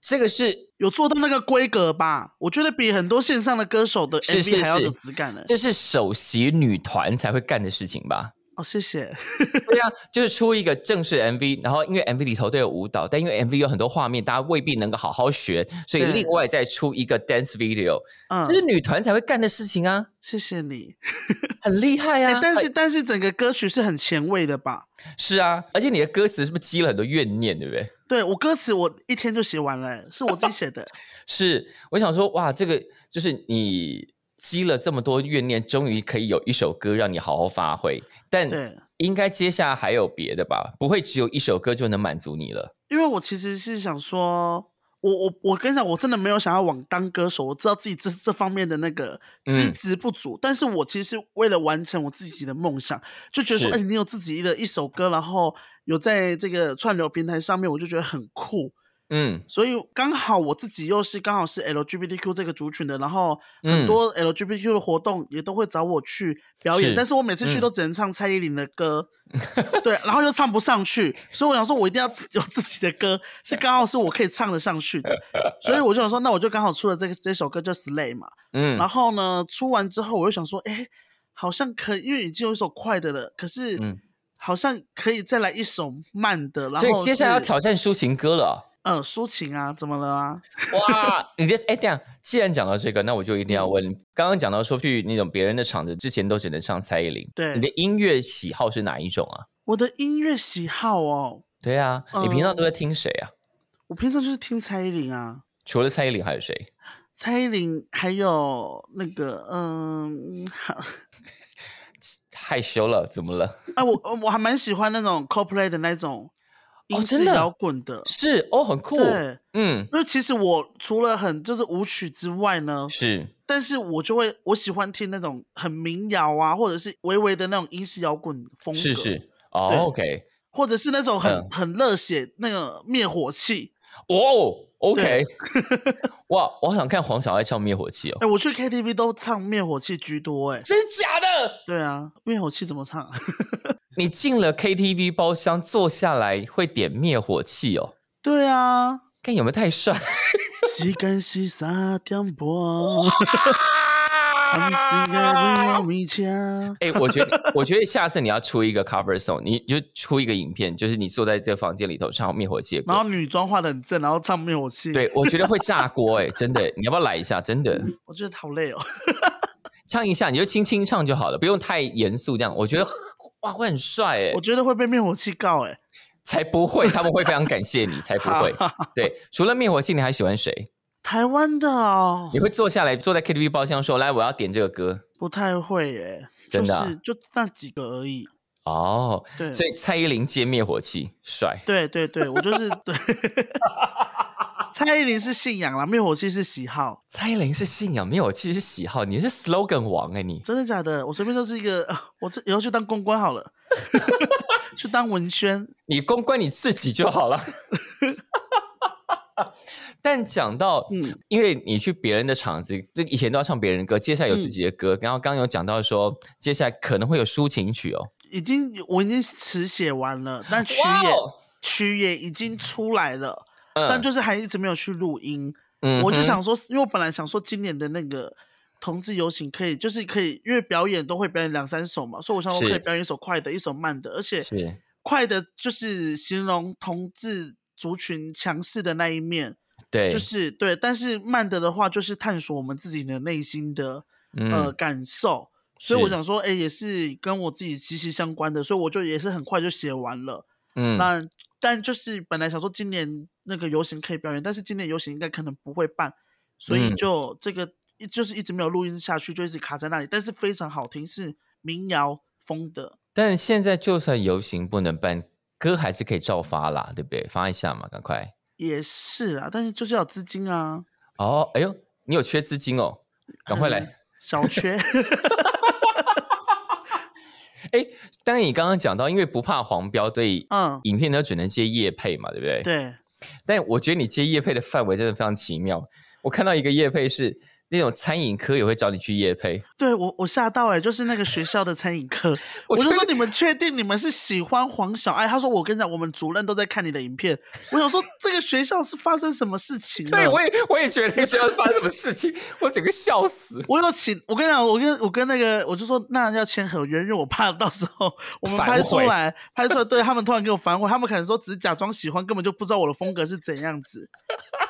B: 这个是
A: 有做到那个规格吧？我觉得比很多线上的歌手的
B: 是是
A: MV 还要有
B: 是
A: 质感呢、
B: 这是首席女团才会干的事情吧？
A: 哦，谢谢。
B: 对啊，就是出一个正式 MV，然后因为 MV 里头都有舞蹈，但因为 MV 有很多画面，大家未必能够好好学，所以
A: 对
B: 另外再出一个 dance video，
A: 嗯
B: 这，是女团才会干的事情啊，
A: 谢谢你。
B: 很厉害
A: 哎、
B: 啊。
A: 但是
B: 哎
A: 但是整个歌曲是很前卫的吧？
B: 是啊，而且你的歌词是不是积了很多怨念，对不对？
A: 对我歌词我一天就写完了、是我自己写
B: (laughs)
A: 的。
B: 是，我想说，哇，这个就是你积了这么多怨念，终于可以有一首歌让你好好发挥，但
A: 对，
B: 应该接下来还有别的吧？不会只有一首歌就能满足你了。
A: 因为我其实是想说，我我我跟你讲，我真的没有想要往当歌手，我知道自己这这方面的那个资
B: 嗯
A: 质不足，但是我其实为了完成我自己的梦想，就觉得说，
B: 是
A: 哎、你有自己的一首歌，然后有在这个串流平台上面，我就觉得很酷。
B: 嗯，
A: 所以刚好我自己又是刚好是 LGBTQ 这个族群的，然后
B: 嗯
A: 很多 LGBTQ 的活动也都会找我去表演，
B: 是
A: 但是我每次去
B: 嗯
A: 都只能唱蔡依林的
B: (laughs)
A: 歌，对，然后又唱不上去，所以我想说，我一定要自 (laughs) 有自己的歌，是刚好是我可以唱得上去
B: (laughs)
A: 的，所以我就想说，那我就刚好出了这个这首歌叫 Slay 嘛，
B: 嗯
A: 然后呢，出完之后我又想说，哎，好像可以，因为已经有一首快的了，可是
B: 嗯
A: 好像可以再来一首慢的，然
B: 所以
A: 后
B: 接下来要
A: 是
B: 挑战抒情歌了啊。
A: 呃抒情啊，怎么了啊？
B: 哇， (laughs) 你这哎，等一下，既然讲到这个，那我就一定
A: 嗯
B: 要问，刚刚讲到说去那种别人的场子之前都只能唱蔡依林，
A: 对
B: 你的音乐喜好是哪一种啊？
A: 我的音乐喜好哦，
B: 对啊，你平常
A: 嗯
B: 都在听谁啊？
A: 我平常就是听蔡依林啊，
B: 除了蔡依林还有谁？
A: 蔡依林还有那个嗯， (laughs) 好
B: 害羞了，怎么了？
A: 啊，我呃我还蛮喜欢那种 Coldplay 的那种
B: 哦
A: 英
B: 真
A: 式
B: 的
A: 摇滚的，
B: 是哦，很酷，
A: 对。
B: 嗯，
A: 因为其实我除了很就是舞曲之外呢，
B: 是
A: 但是我就会我喜欢听那种很民谣啊，或者是微微的那种英式摇滚风格，
B: 是是，
A: 对
B: 哦，OK，
A: 或者是那种很、
B: 嗯
A: 很热血那个灭火器。
B: 哦，OK，哇， (laughs) 我好想看黄小爱唱灭火器哦 (laughs)
A: 哎、，我去 KTV 都唱灭火器居多、哎，
B: 真假的？
A: 对啊，灭火器怎么唱啊？
B: 你进了 KTV 包厢坐下来会点灭火器哦，
A: 对啊，
B: 看有没有太帅？
A: 时间是三点半。
B: 哎、我觉得，我觉得下次你要出一个 cover song，你就出一个影片，就是你坐在这个房间里头唱灭火器的歌
A: 然后女装化的很正，然后唱灭火器，，
B: 对，我觉得会炸锅哎、真的，你要不要来一下？
A: (laughs)
B: 真的，
A: 我觉得好累哦。 (laughs)
B: 唱一下你就轻轻唱就好了，不用太严肃这样。我觉得哇，会很帅哎、
A: 我觉得会被灭火器告哎、
B: 才不会，他们会非常感谢你，才不会。 (laughs) 对，除了灭火器，你还喜欢谁？
A: 台湾的哦
B: 你，会坐下来坐在 KTV 包厢说：“来，我要点这个歌。
A: 不太会耶、
B: 真的啊
A: 就是就那几个而已。”
B: 哦，
A: 对，
B: 所以蔡依林接灭火器，帅。
A: 对对对，我就是 (laughs) 对。蔡依林是信仰啦，灭火器是喜好，
B: 蔡依林是信仰，灭火器是喜好，你是 slogan 王哎、你。
A: 真的假的？我随便就是一个，啊我这以后去当公关好了， (laughs) 去当文宣。
B: 你公关你自己就好了。 (laughs) 但讲到，
A: 嗯
B: 因为你去别人的场子，就以前都要唱别人的歌，接下来有自己的
A: 嗯
B: 歌，然后刚刚有讲到说，接下来可能会有抒情曲哦。
A: 已经我已经词写完了，但曲
B: 哇
A: 也
B: 哦
A: 曲也已经出来了，
B: 嗯
A: 但就是还一直没有去录音。
B: 嗯
A: 我就
B: 哼
A: 想说，因为我本来想说今年的那个同志游行可以，就是可以，因为表演都会表演两三首嘛，所以我想我可以
B: 是
A: 表演一首快的，一首慢的，而且
B: 是
A: 快的就是形容同志族群强势的那一面，
B: 对，
A: 就是对，但是慢的的话就是探索我们自己的内心的
B: 嗯、
A: 呃感受。所以我
B: 是
A: 想说，哎、也是跟我自己息息相关的，所以我就也是很快就写完了。
B: 嗯，
A: 那但就是本来想说今年那个游行可以表演，但是今年游行应该可能不会办，所以
B: 嗯
A: 就这个一就是一直没有录音下去，就一直卡在那里。但是非常好听，是民谣风的，
B: 但现在就算游行不能办，歌还是可以照发啦，对不对？发一下嘛，赶快。
A: 也是啊，但是就是要有资金啊，
B: 哦，哎呦，你有缺资金哦，赶快来。
A: 嗯小
B: (laughs)
A: 缺
B: 哎，当然你刚刚讲到，因为不怕黄标，对，
A: 嗯
B: 影片呢只能接业配嘛，对不对？。
A: 对，
B: 但我觉得你接业配的范围真的非常奇妙。我看到一个业配是那种餐饮科也会找你去业配，
A: 对我我吓到哎、就是那个学校的餐饮课，我
B: (laughs) 我
A: 就
B: 觉
A: 说
B: 得
A: 你们确定你们是喜欢黄小爱？他说我跟你讲，我们主任都在看你的影片。我想说这个学校是发生什么事情了？
B: (laughs) 对我也 (laughs) 我也觉得不知道发生什么事情，我整个笑死。
A: 我有请，我跟你讲，我跟我跟那个，我就说那要签合约，因为我怕到时
B: (laughs)
A: 候我们
B: 反
A: 拍出
B: 悔 (laughs)
A: 来，拍出来对他们突然给我反悔，他们可能说只是假装喜欢，根本就不知道我的风格是怎样
B: (laughs)
A: 子。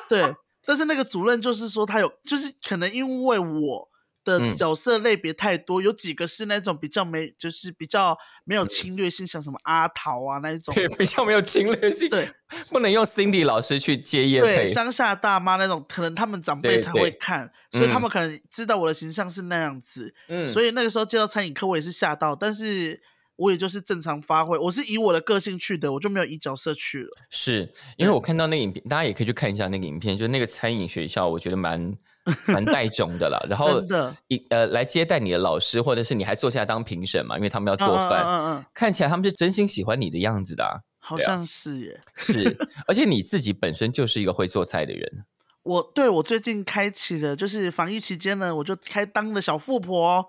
A: 对，但是那个主任就是说他有，就是可能因为我的
B: 嗯
A: 角色类别太多，有几个是那种比较没，就是比较没有侵略性，像什么阿桃啊那一
B: (laughs)
A: 种，
B: 对，比较没有侵略性，
A: 对，
B: 不能用 Cindy 老师去接业
A: 对
B: 配，
A: 乡下大妈那种，可能他们长辈
B: 对
A: 才会
B: 对
A: 看，所以他
B: 嗯
A: 们可能知道我的形象是那样子。
B: 嗯
A: 所
B: 以
A: 以那个时候接到餐饮课，我也是吓到，但是我也就是正常发挥，我是以我的个性去的，我就没有以角色去了。
B: 是因为我看到那个影片，大家也可以去看一下那个影片，就是那个餐饮学校，我觉得蛮蛮带
A: (laughs)
B: 种的啦。然后
A: 真的
B: 一呃来接待你的老师，或者是你还坐下来当评审嘛，因为他们要做
A: 嗯
B: 饭，
A: 嗯嗯嗯，
B: 看起来他们是真心喜欢你的样子的、啊。
A: 好
B: 对啊
A: 像是耶。
B: 是，而且你自己本身就是一个会做菜的人，
A: 我对我最近开启了，就是防疫期间呢，我就开当了小富婆哦、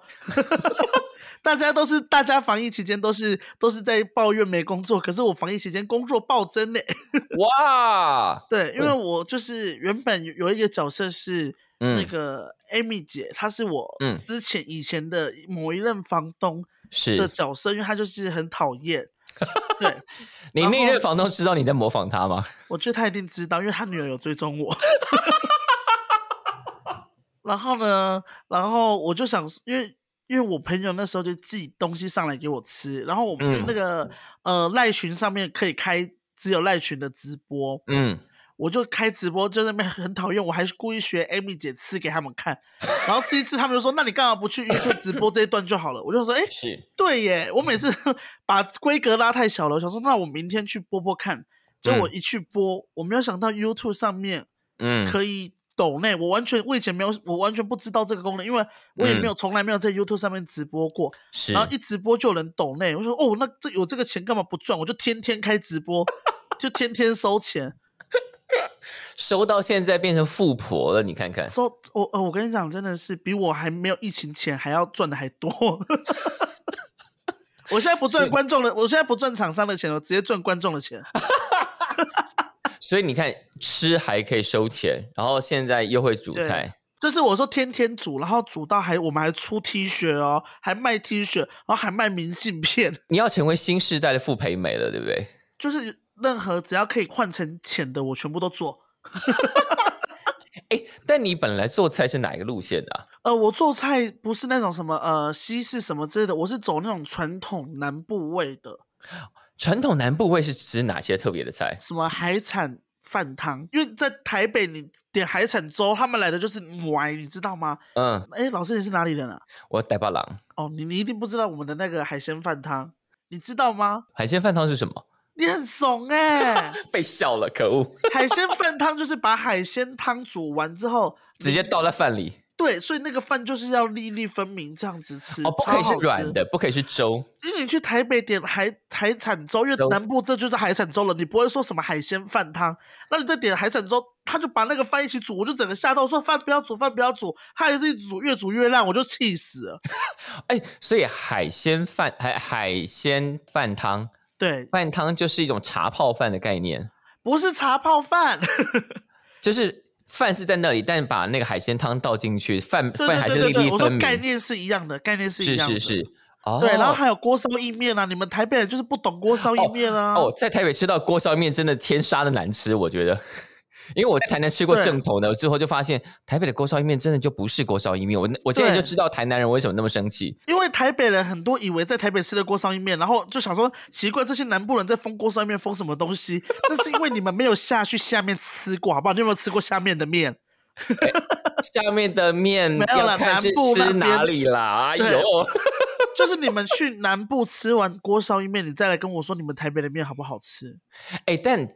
A: (laughs) 大家都是，大家防疫期间都是都是在抱怨没工作，可是我防疫期间工作暴增呢。 (laughs)
B: 哇，
A: 对，因为
B: 对
A: 我就是原本有有一个角色是那
B: 嗯，
A: 个 Amy 姐，她是我
B: 嗯
A: 之前以前的某一任房东的
B: 是
A: 角色，因为她就是很讨厌。对，
B: 你
A: 然
B: 那
A: 后
B: 任房东知道你在模仿他吗？
A: 我觉得她一定知道，因为她女儿有追踪我。 (laughs) 然后呢，然后我就想，因为因为我朋友那时候就寄东西上来给我吃，然后我们
B: 嗯
A: 那个、呃赖群上面可以开只有赖群的直播，
B: 嗯，
A: 我就开直播，就在那边很讨厌，我还是故意学 Amy 姐吃给他们看，然后吃一次，他们就说：“那你干嘛不去 YouTube 直播这一段就好了？”我就说：“哎、
B: 是，
A: 对耶，我每次 (laughs) 把规格拉太小了，我想说那我明天去播播看。”结果我一去播，我没有想到 YouTube 上面
B: 嗯，
A: 可以抖内，我完全我以前没有，我完全不知道这个功能，因为我也没有从来没有在 YouTube 上面直播过。
B: 嗯是
A: 然，后一直播就有人抖内，我就说哦，那这有这个钱干嘛不赚？我就天天开直播，就天天收钱。
B: 收到现在变成富婆了，你看看，
A: 说，我呃，我跟你讲，真的是比我还没有疫情前还要赚的还多。 (laughs) 我现在不赚
B: 是
A: 观众的，我现在不赚厂商的钱了，我直接赚观众的钱。
B: 所以你看吃还可以收钱，然后现在又会煮
A: 对
B: 菜，
A: 就是我说天天煮，然后煮到还我们还出 T 恤哦，还卖 T 恤，然后还卖明信片，
B: 你要成为新时代的傅培梅了，对不对？
A: 就是任何只要可以换成钱的，我全部都做。
B: 哎，但你本来做菜是哪一个路线的啊、
A: 呃，我做菜不是那种什么呃西式什么之类的，我是走那种传统南部味的，
B: 传统南部会是指哪些特别的菜？
A: 什么海产饭汤。因为在台北，你点海产粥，他们来的就是歪，你知道吗？
B: 嗯，
A: 哎，老师你是哪里人啊？
B: 我带巴郎
A: 哦，你你一定不知道我们的那个海鲜饭汤，你知道吗？
B: 海鲜饭汤是什么？ (laughs)
A: 你很怂哎、
B: 被笑了，
A: (laughs)
B: 可恶！
A: 海鲜饭汤就是把海鲜汤煮完之后，
B: 直接倒在饭里
A: 对，所以那个饭就是要粒粒分明这样子吃，
B: 哦，不可
A: 超
B: 以是
A: 好吃
B: 软。的，不可以是粥。
A: 因为你去台北点海海产粥，因为
B: 粥
A: 南部这就是海产粥了，你不会说什么海鲜饭汤。那你再点海产粥，他就把那个饭一起煮，我就整个吓到，我说饭不要煮，饭不要煮，他还是一直煮，越煮越烂，我就气死了。
B: 哎，所以海鲜饭海海鲜饭汤，
A: 对，
B: 饭汤就是一种茶泡饭的概念，
A: 不是茶泡饭， (laughs)
B: 就是饭是在那里，但把那个海鲜汤倒进去，饭
A: 对
B: 饭
A: 对
B: 还是
A: 对对
B: 粒
A: 对，
B: 粒
A: 我说
B: 分明。
A: 概念是一样的，概念是一
B: 是
A: 样的。
B: 是是，哦，
A: 对，然后还有锅烧意面啊，你们台北人就是不懂锅烧意面啊。
B: 哦，在台北吃到锅烧面真的天杀的难吃，我觉得。因为我在台南吃过
A: 对
B: 正统的，之后就发现台北的锅烧意面真的就不是锅烧意面。我我现在就
A: 对
B: 知道台南人为什么那么
A: (laughs)
B: 生气。
A: 因为台北人很多以为在台北吃的锅烧意面，然后就想说奇怪，这些南部人在封锅烧意面封什么东西？ (laughs) 那是因为你们没有下去下面吃过，好不好？你有没有吃过下面的面？ (laughs)
B: 下面的面
A: 没有
B: 要
A: 啦
B: 看
A: 南
B: 是
A: 部那
B: 吃哪
A: 边
B: 里啦。哎
A: 对
B: 呦，
A: 就是你们去南部吃完锅烧意面，你再来跟我说你们台北的面好不好吃？
B: 哎，但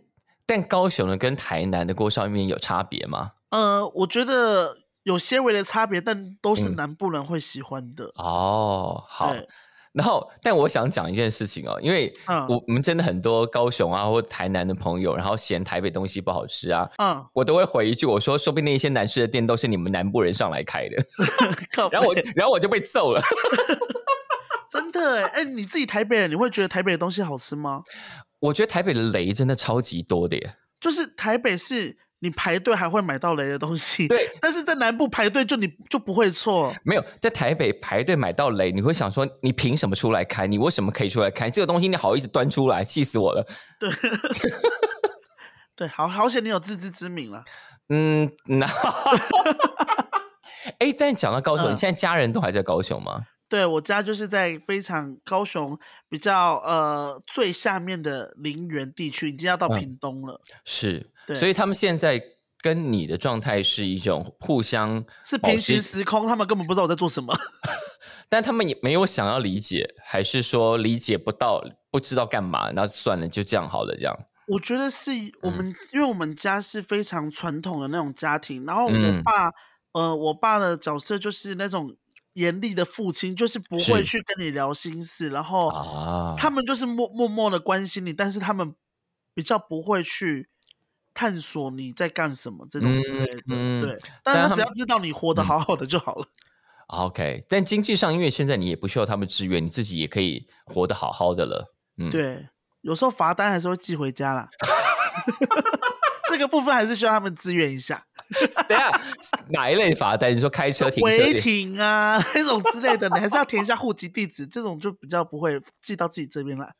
B: 但高雄的跟台南的锅烧意面有差别吗？
A: 呃，我觉得有些微的差别，但都是
B: 嗯
A: 南部人会喜欢的。 (laughs)
B: 哦，好。
A: 对，
B: 然后，但我想讲一件事情哦，因为
A: 嗯
B: 我我们真的很多高雄啊或台南的朋友，然后嫌台北东西不好吃啊，
A: 嗯， (laughs)
B: 我都会回一句，我说说不定那些难吃的店都是你们南部人上来开的， (laughs)
A: 靠
B: 然后我
A: 北
B: 然后我就被揍了。
A: 真的哎、哎你自己台北人，你会觉得台北的东西好吃吗？
B: 我觉得台北的雷真的超级多的耶，
A: 就是台北是你排队还会买到雷的东西，
B: 对，
A: 但是在南部排队就你就不会错，
B: 没有在台北排队买到雷，你会想说你凭什么出来开？你为什么可以出来开？这个东西你好意思端出来，气死我了。
A: 对，好好险你有自知之明了，
B: 嗯，那哎，但讲到高雄，
A: 嗯
B: 你现在家人都还在高雄吗？
A: 对我家就是在非常高雄比较呃最下面的林园地区，已经要到
B: 嗯
A: 屏东了，
B: 是，
A: 对
B: 所以他们现在跟你的状态是一种互相
A: 是
B: 保
A: 平行
B: 持
A: 时空，他们根本不知道我在做什么。 (laughs)
B: 但他们也没有想要理解，还是说理解不到，不知道干嘛，那算了，就这样好了，这样。
A: 我觉得是我
B: 嗯
A: 们，因为我们家是非常传统的那种家庭，然后我
B: 嗯
A: 爸，呃，我爸的角色就是那种严厉的父亲，就是不会
B: 是
A: 去跟你聊心事，然后
B: 啊，
A: 哦他们就是默默默的关心你，但是他们比较不会去探索你在干什么这种之类的，
B: 嗯嗯
A: 对。
B: 但
A: 但是
B: 他
A: 他只
B: 们
A: 要知道你活得
B: 嗯
A: 好好的就好了，
B: OK，但经济上，因为现在你也不需要他们支援，你自己也可以活得好好的了。 (laughs) 嗯，，
A: 对。有时候罚单还是会寄回家
B: (laughs)
A: 啦，这个部分还是需要他们支援一下。
B: 等一下哪一类罚单？你说开车停车
A: 违
B: 也？
A: 停啊 (laughs) 那种之类的，你还是要填一下户籍地址，这种就比较不会寄到自己这边来。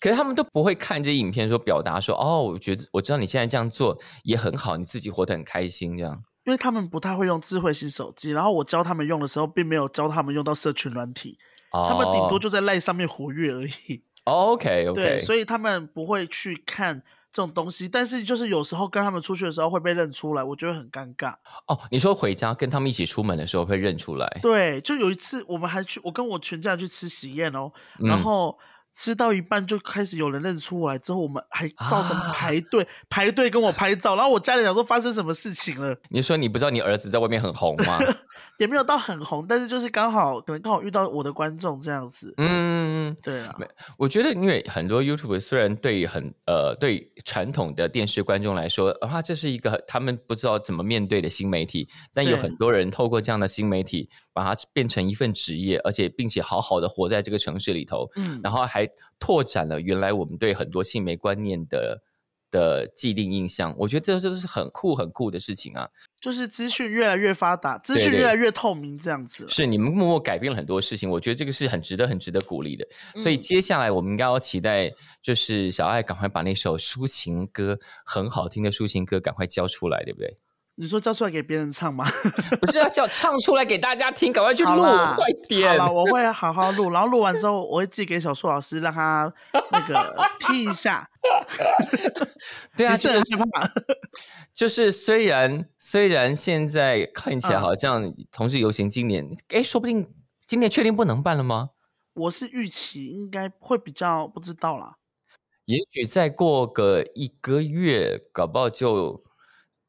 B: 可是他们都不会看这些影片，说表达说哦，我觉得我知道你现在这样做也很好，你自己活得很开心，这样。
A: 因为他们不太会用智慧型手机，然后我教他们用的时候，并没有教他们用到社群软体，
B: 哦，
A: 他们顶多就在赖上面活跃而已。
B: OK OK，
A: 对，所以他们不会去看这种东西。但是就是有时候跟他们出去的时候会被认出来，我觉得很尴尬。
B: 哦，你说回家跟他们一起出门的时候会认出来，
A: 对，就有一次我们还去，我跟我全家人去吃喜宴哦，然
B: 嗯
A: 后吃到一半就开始有人认出我来，之后我们还造成
B: 啊
A: 排队、排队跟我拍照，然后我家里想说发生什么事情了，
B: 你说你不知道你儿子在外面很红
A: (laughs)
B: 吗？
A: 也没有到很红，但是就是刚好可能刚好遇到我的观众这样子，
B: 嗯，
A: 对啊，
B: 我觉得，因为很多 YouTube 虽然对于很呃对传统的电视观众来说，啊，这是一个他们不知道怎么面对的新媒体，但有
A: 对
B: 很多人透过这样的新媒体，把它变成一份职业，而且并且好好的活在这个城市里头，
A: 嗯，
B: 然后还拓展了原来我们对很多性媒观念的的既定印象。我觉得这这都是很酷很酷的事情啊！
A: 就是资讯越来越发达，资讯
B: 对对
A: 越来越透明，这样子了。
B: 是你们默默改变了很多事情，我觉得这个是很值得很值得鼓励的。所以
A: 嗯
B: 接下来我们应该要期待，就是小爱赶快把那首抒情歌很好听的抒情歌赶快交出来，对不对？ (laughs)
A: 你说教出来给别人唱吗？
B: 不是要叫唱出来给大家听，赶快去
A: 好
B: 录，
A: 啦
B: 快
A: 好
B: 点！ (laughs)
A: 了，我会好好录，然后录完之后，我会寄给小树老师，让他那
B: (laughs)
A: 个听一下。
B: 对啊，
A: 你是
B: 就
A: 很
B: 是
A: 害怕，
B: 就是虽然虽然现在看起来
A: 嗯
B: 好像同志游行今年，哎、说不定今年确定不能办了吗？
A: 我是预期应该会比较不知道啦。
B: 也许再过个一个月，搞不好就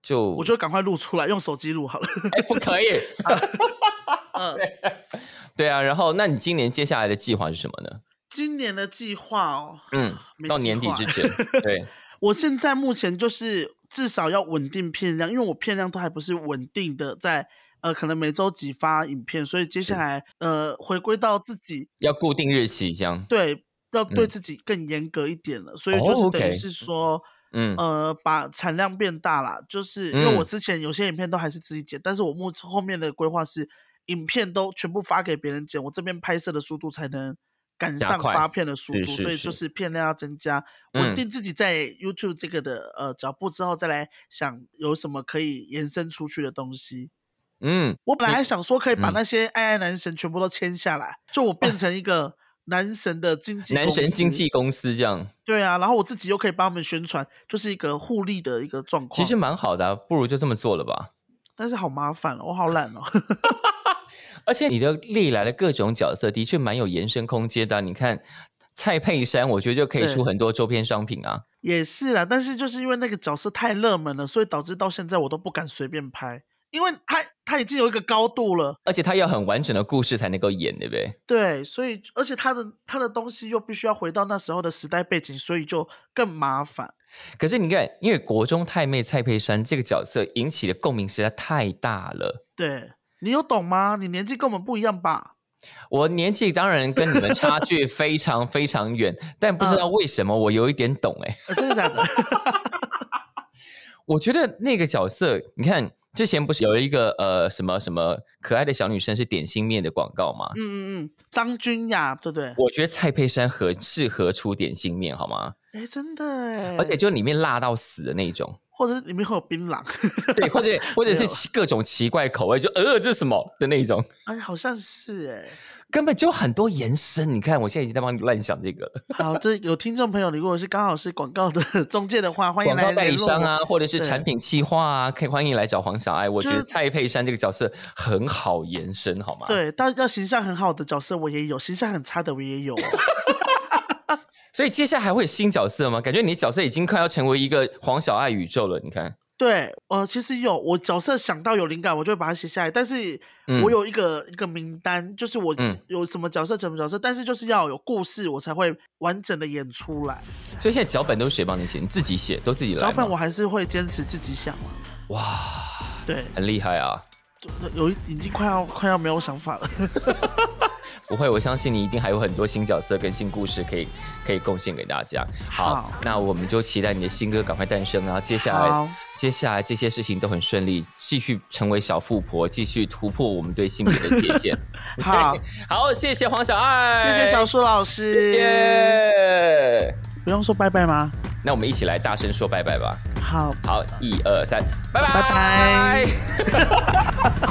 B: 就
A: 我就赶快录出来，用手机录好了。 (laughs)
B: 哎、不可以，
A: 嗯，
B: (laughs) 对啊。然后，那你今年接下来的计划是什么呢？
A: 今年的计划哦，
B: 嗯，
A: 没
B: 到
A: 计
B: 年底
A: 划
B: 之
A: (laughs)
B: 前，对，
A: 我现在目前就是至少要稳定片量，因为我片量都还不是稳定的在。呃，可能每周几发影片，所以接下
B: 是
A: 来呃，回归到自己
B: 要固定日期这样。
A: 对要对
B: 嗯
A: 自己更严格一点了，所以
B: 哦
A: 就是等于
B: ，OK
A: 是说，
B: 嗯，
A: 呃，把产量变大啦。就是因为我
B: 嗯
A: 之前有些影片都还是自己剪，但是我目后面的规划是，影片都全部发给别人剪，我这边拍摄的速度才能赶
B: 加
A: 上
B: 快
A: 发片的速
B: 是
A: 度，
B: 是
A: 所以就是是片量要增加，稳
B: 嗯
A: 定自己在 YouTube 这个的呃脚步之后，再来想有什么可以延伸出去的东西。
B: 嗯，
A: 我本来还想说可以把
B: 嗯
A: 那些爱爱男神全部都签下来，就我
B: (laughs)
A: 变成一个男神的经纪
B: 男
A: 公
B: 神经
A: 司
B: 纪公司这样，
A: 对啊，然后我自己又可以帮他们宣传，就是一个互利的一个状
B: 其
A: 况。
B: 实，蛮好的啊、不如就这么做了吧。
A: 但是好麻烦哦，我好懒哦。 (laughs)
B: 而且你的历来的各种角色的确蛮有延伸空间的啊、你看蔡佩珊，我觉得就可以
A: 对
B: 出很多周边商品啊。
A: 也是啦，但是就是因为那个角色太热门了，所以导致到现在我都不敢随便拍，因为他他已经有一个高度了，
B: 而且她要很完整的故事才能够演，对不对？
A: 对，所以而且他的他的东西又必须要回到那时候的时代背景，所以就更麻烦。
B: 可是你看，因为国中太妹蔡佩珊这个角色引起的共鸣实在太大了。
A: 对你有懂吗？你年纪跟我们不一样吧？
B: 我年纪当然跟你们差距非常非常远，但
A: 嗯
B: 不知道为什么我有一点懂哎、
A: 呃、真的
B: (laughs)
A: 假的？
B: 我觉得那个角色，你看之前不是有一个呃什么什么可爱的小女生是点心面的广告吗？
A: 嗯嗯嗯，张君雅对不对？
B: 我觉得蔡佩珊很适合出点心面，好吗？
A: 哎，真的哎，
B: 而且就里面辣到死的
A: (laughs)
B: 那种，
A: 或者是里面会有槟榔。 (laughs)
B: 对，或者或者
A: 没
B: 是
A: 有
B: 奇各种奇怪口味，就呃这是什么的那种，
A: 哎，好像是哎、
B: 根本就很多延伸。你看，我现在已经在帮你乱想这个了，
A: 好，这有听众朋友，如果是刚好是广告的 (laughs) 中介的话，欢迎
B: 广
A: 来
B: 告代理
A: 联络
B: 商
A: 我
B: 啊，，或者是产品企划啊，可以欢迎来找黄小爱。我觉
A: 就
B: 得
A: 是
B: 蔡佩珊这个角色很好延伸，好吗？，
A: 对，但要形象很好的角色我也有，形象很差的我也有哦。
B: 所以接下来还会有新角色吗？感觉你的角色已经快要成为一个黄小爱宇宙了。你看，
A: 对，呃，其实有我角色想到有灵感，我就会把它写下来。但是
B: 嗯
A: 我有一个、一个名单，就是我
B: 嗯
A: 有什么角色什么角色，但是就是要有故事，我才会完整的演出来。
B: 所以现在脚本都是谁帮你写？你自己写，都自己来
A: 脚
B: 吗。
A: 本我还是会坚持自己想嘛。
B: 哇，
A: 对，
B: 很厉害啊！
A: 有一已经快要快要没有想法了。 (laughs)
B: 不会，我相信你一定还有很多新角色跟新故事可以可以贡献给大家。好，
A: 好
B: 那我们就期待你的新歌赶快诞生啊！然后接下
A: 好
B: 来接下来这些事情都很顺利，继续成为小富婆，继续突破我们对性别的界
A: (laughs)
B: 限。 (laughs)
A: 好，
B: 好，谢谢黄小爱，
A: 谢谢小，树老师，
B: 哎谢谢。
A: 不用说拜拜吗？
B: 那我们一起来大声说拜拜吧！
A: 好，
B: 好，一二三，拜拜
A: 拜拜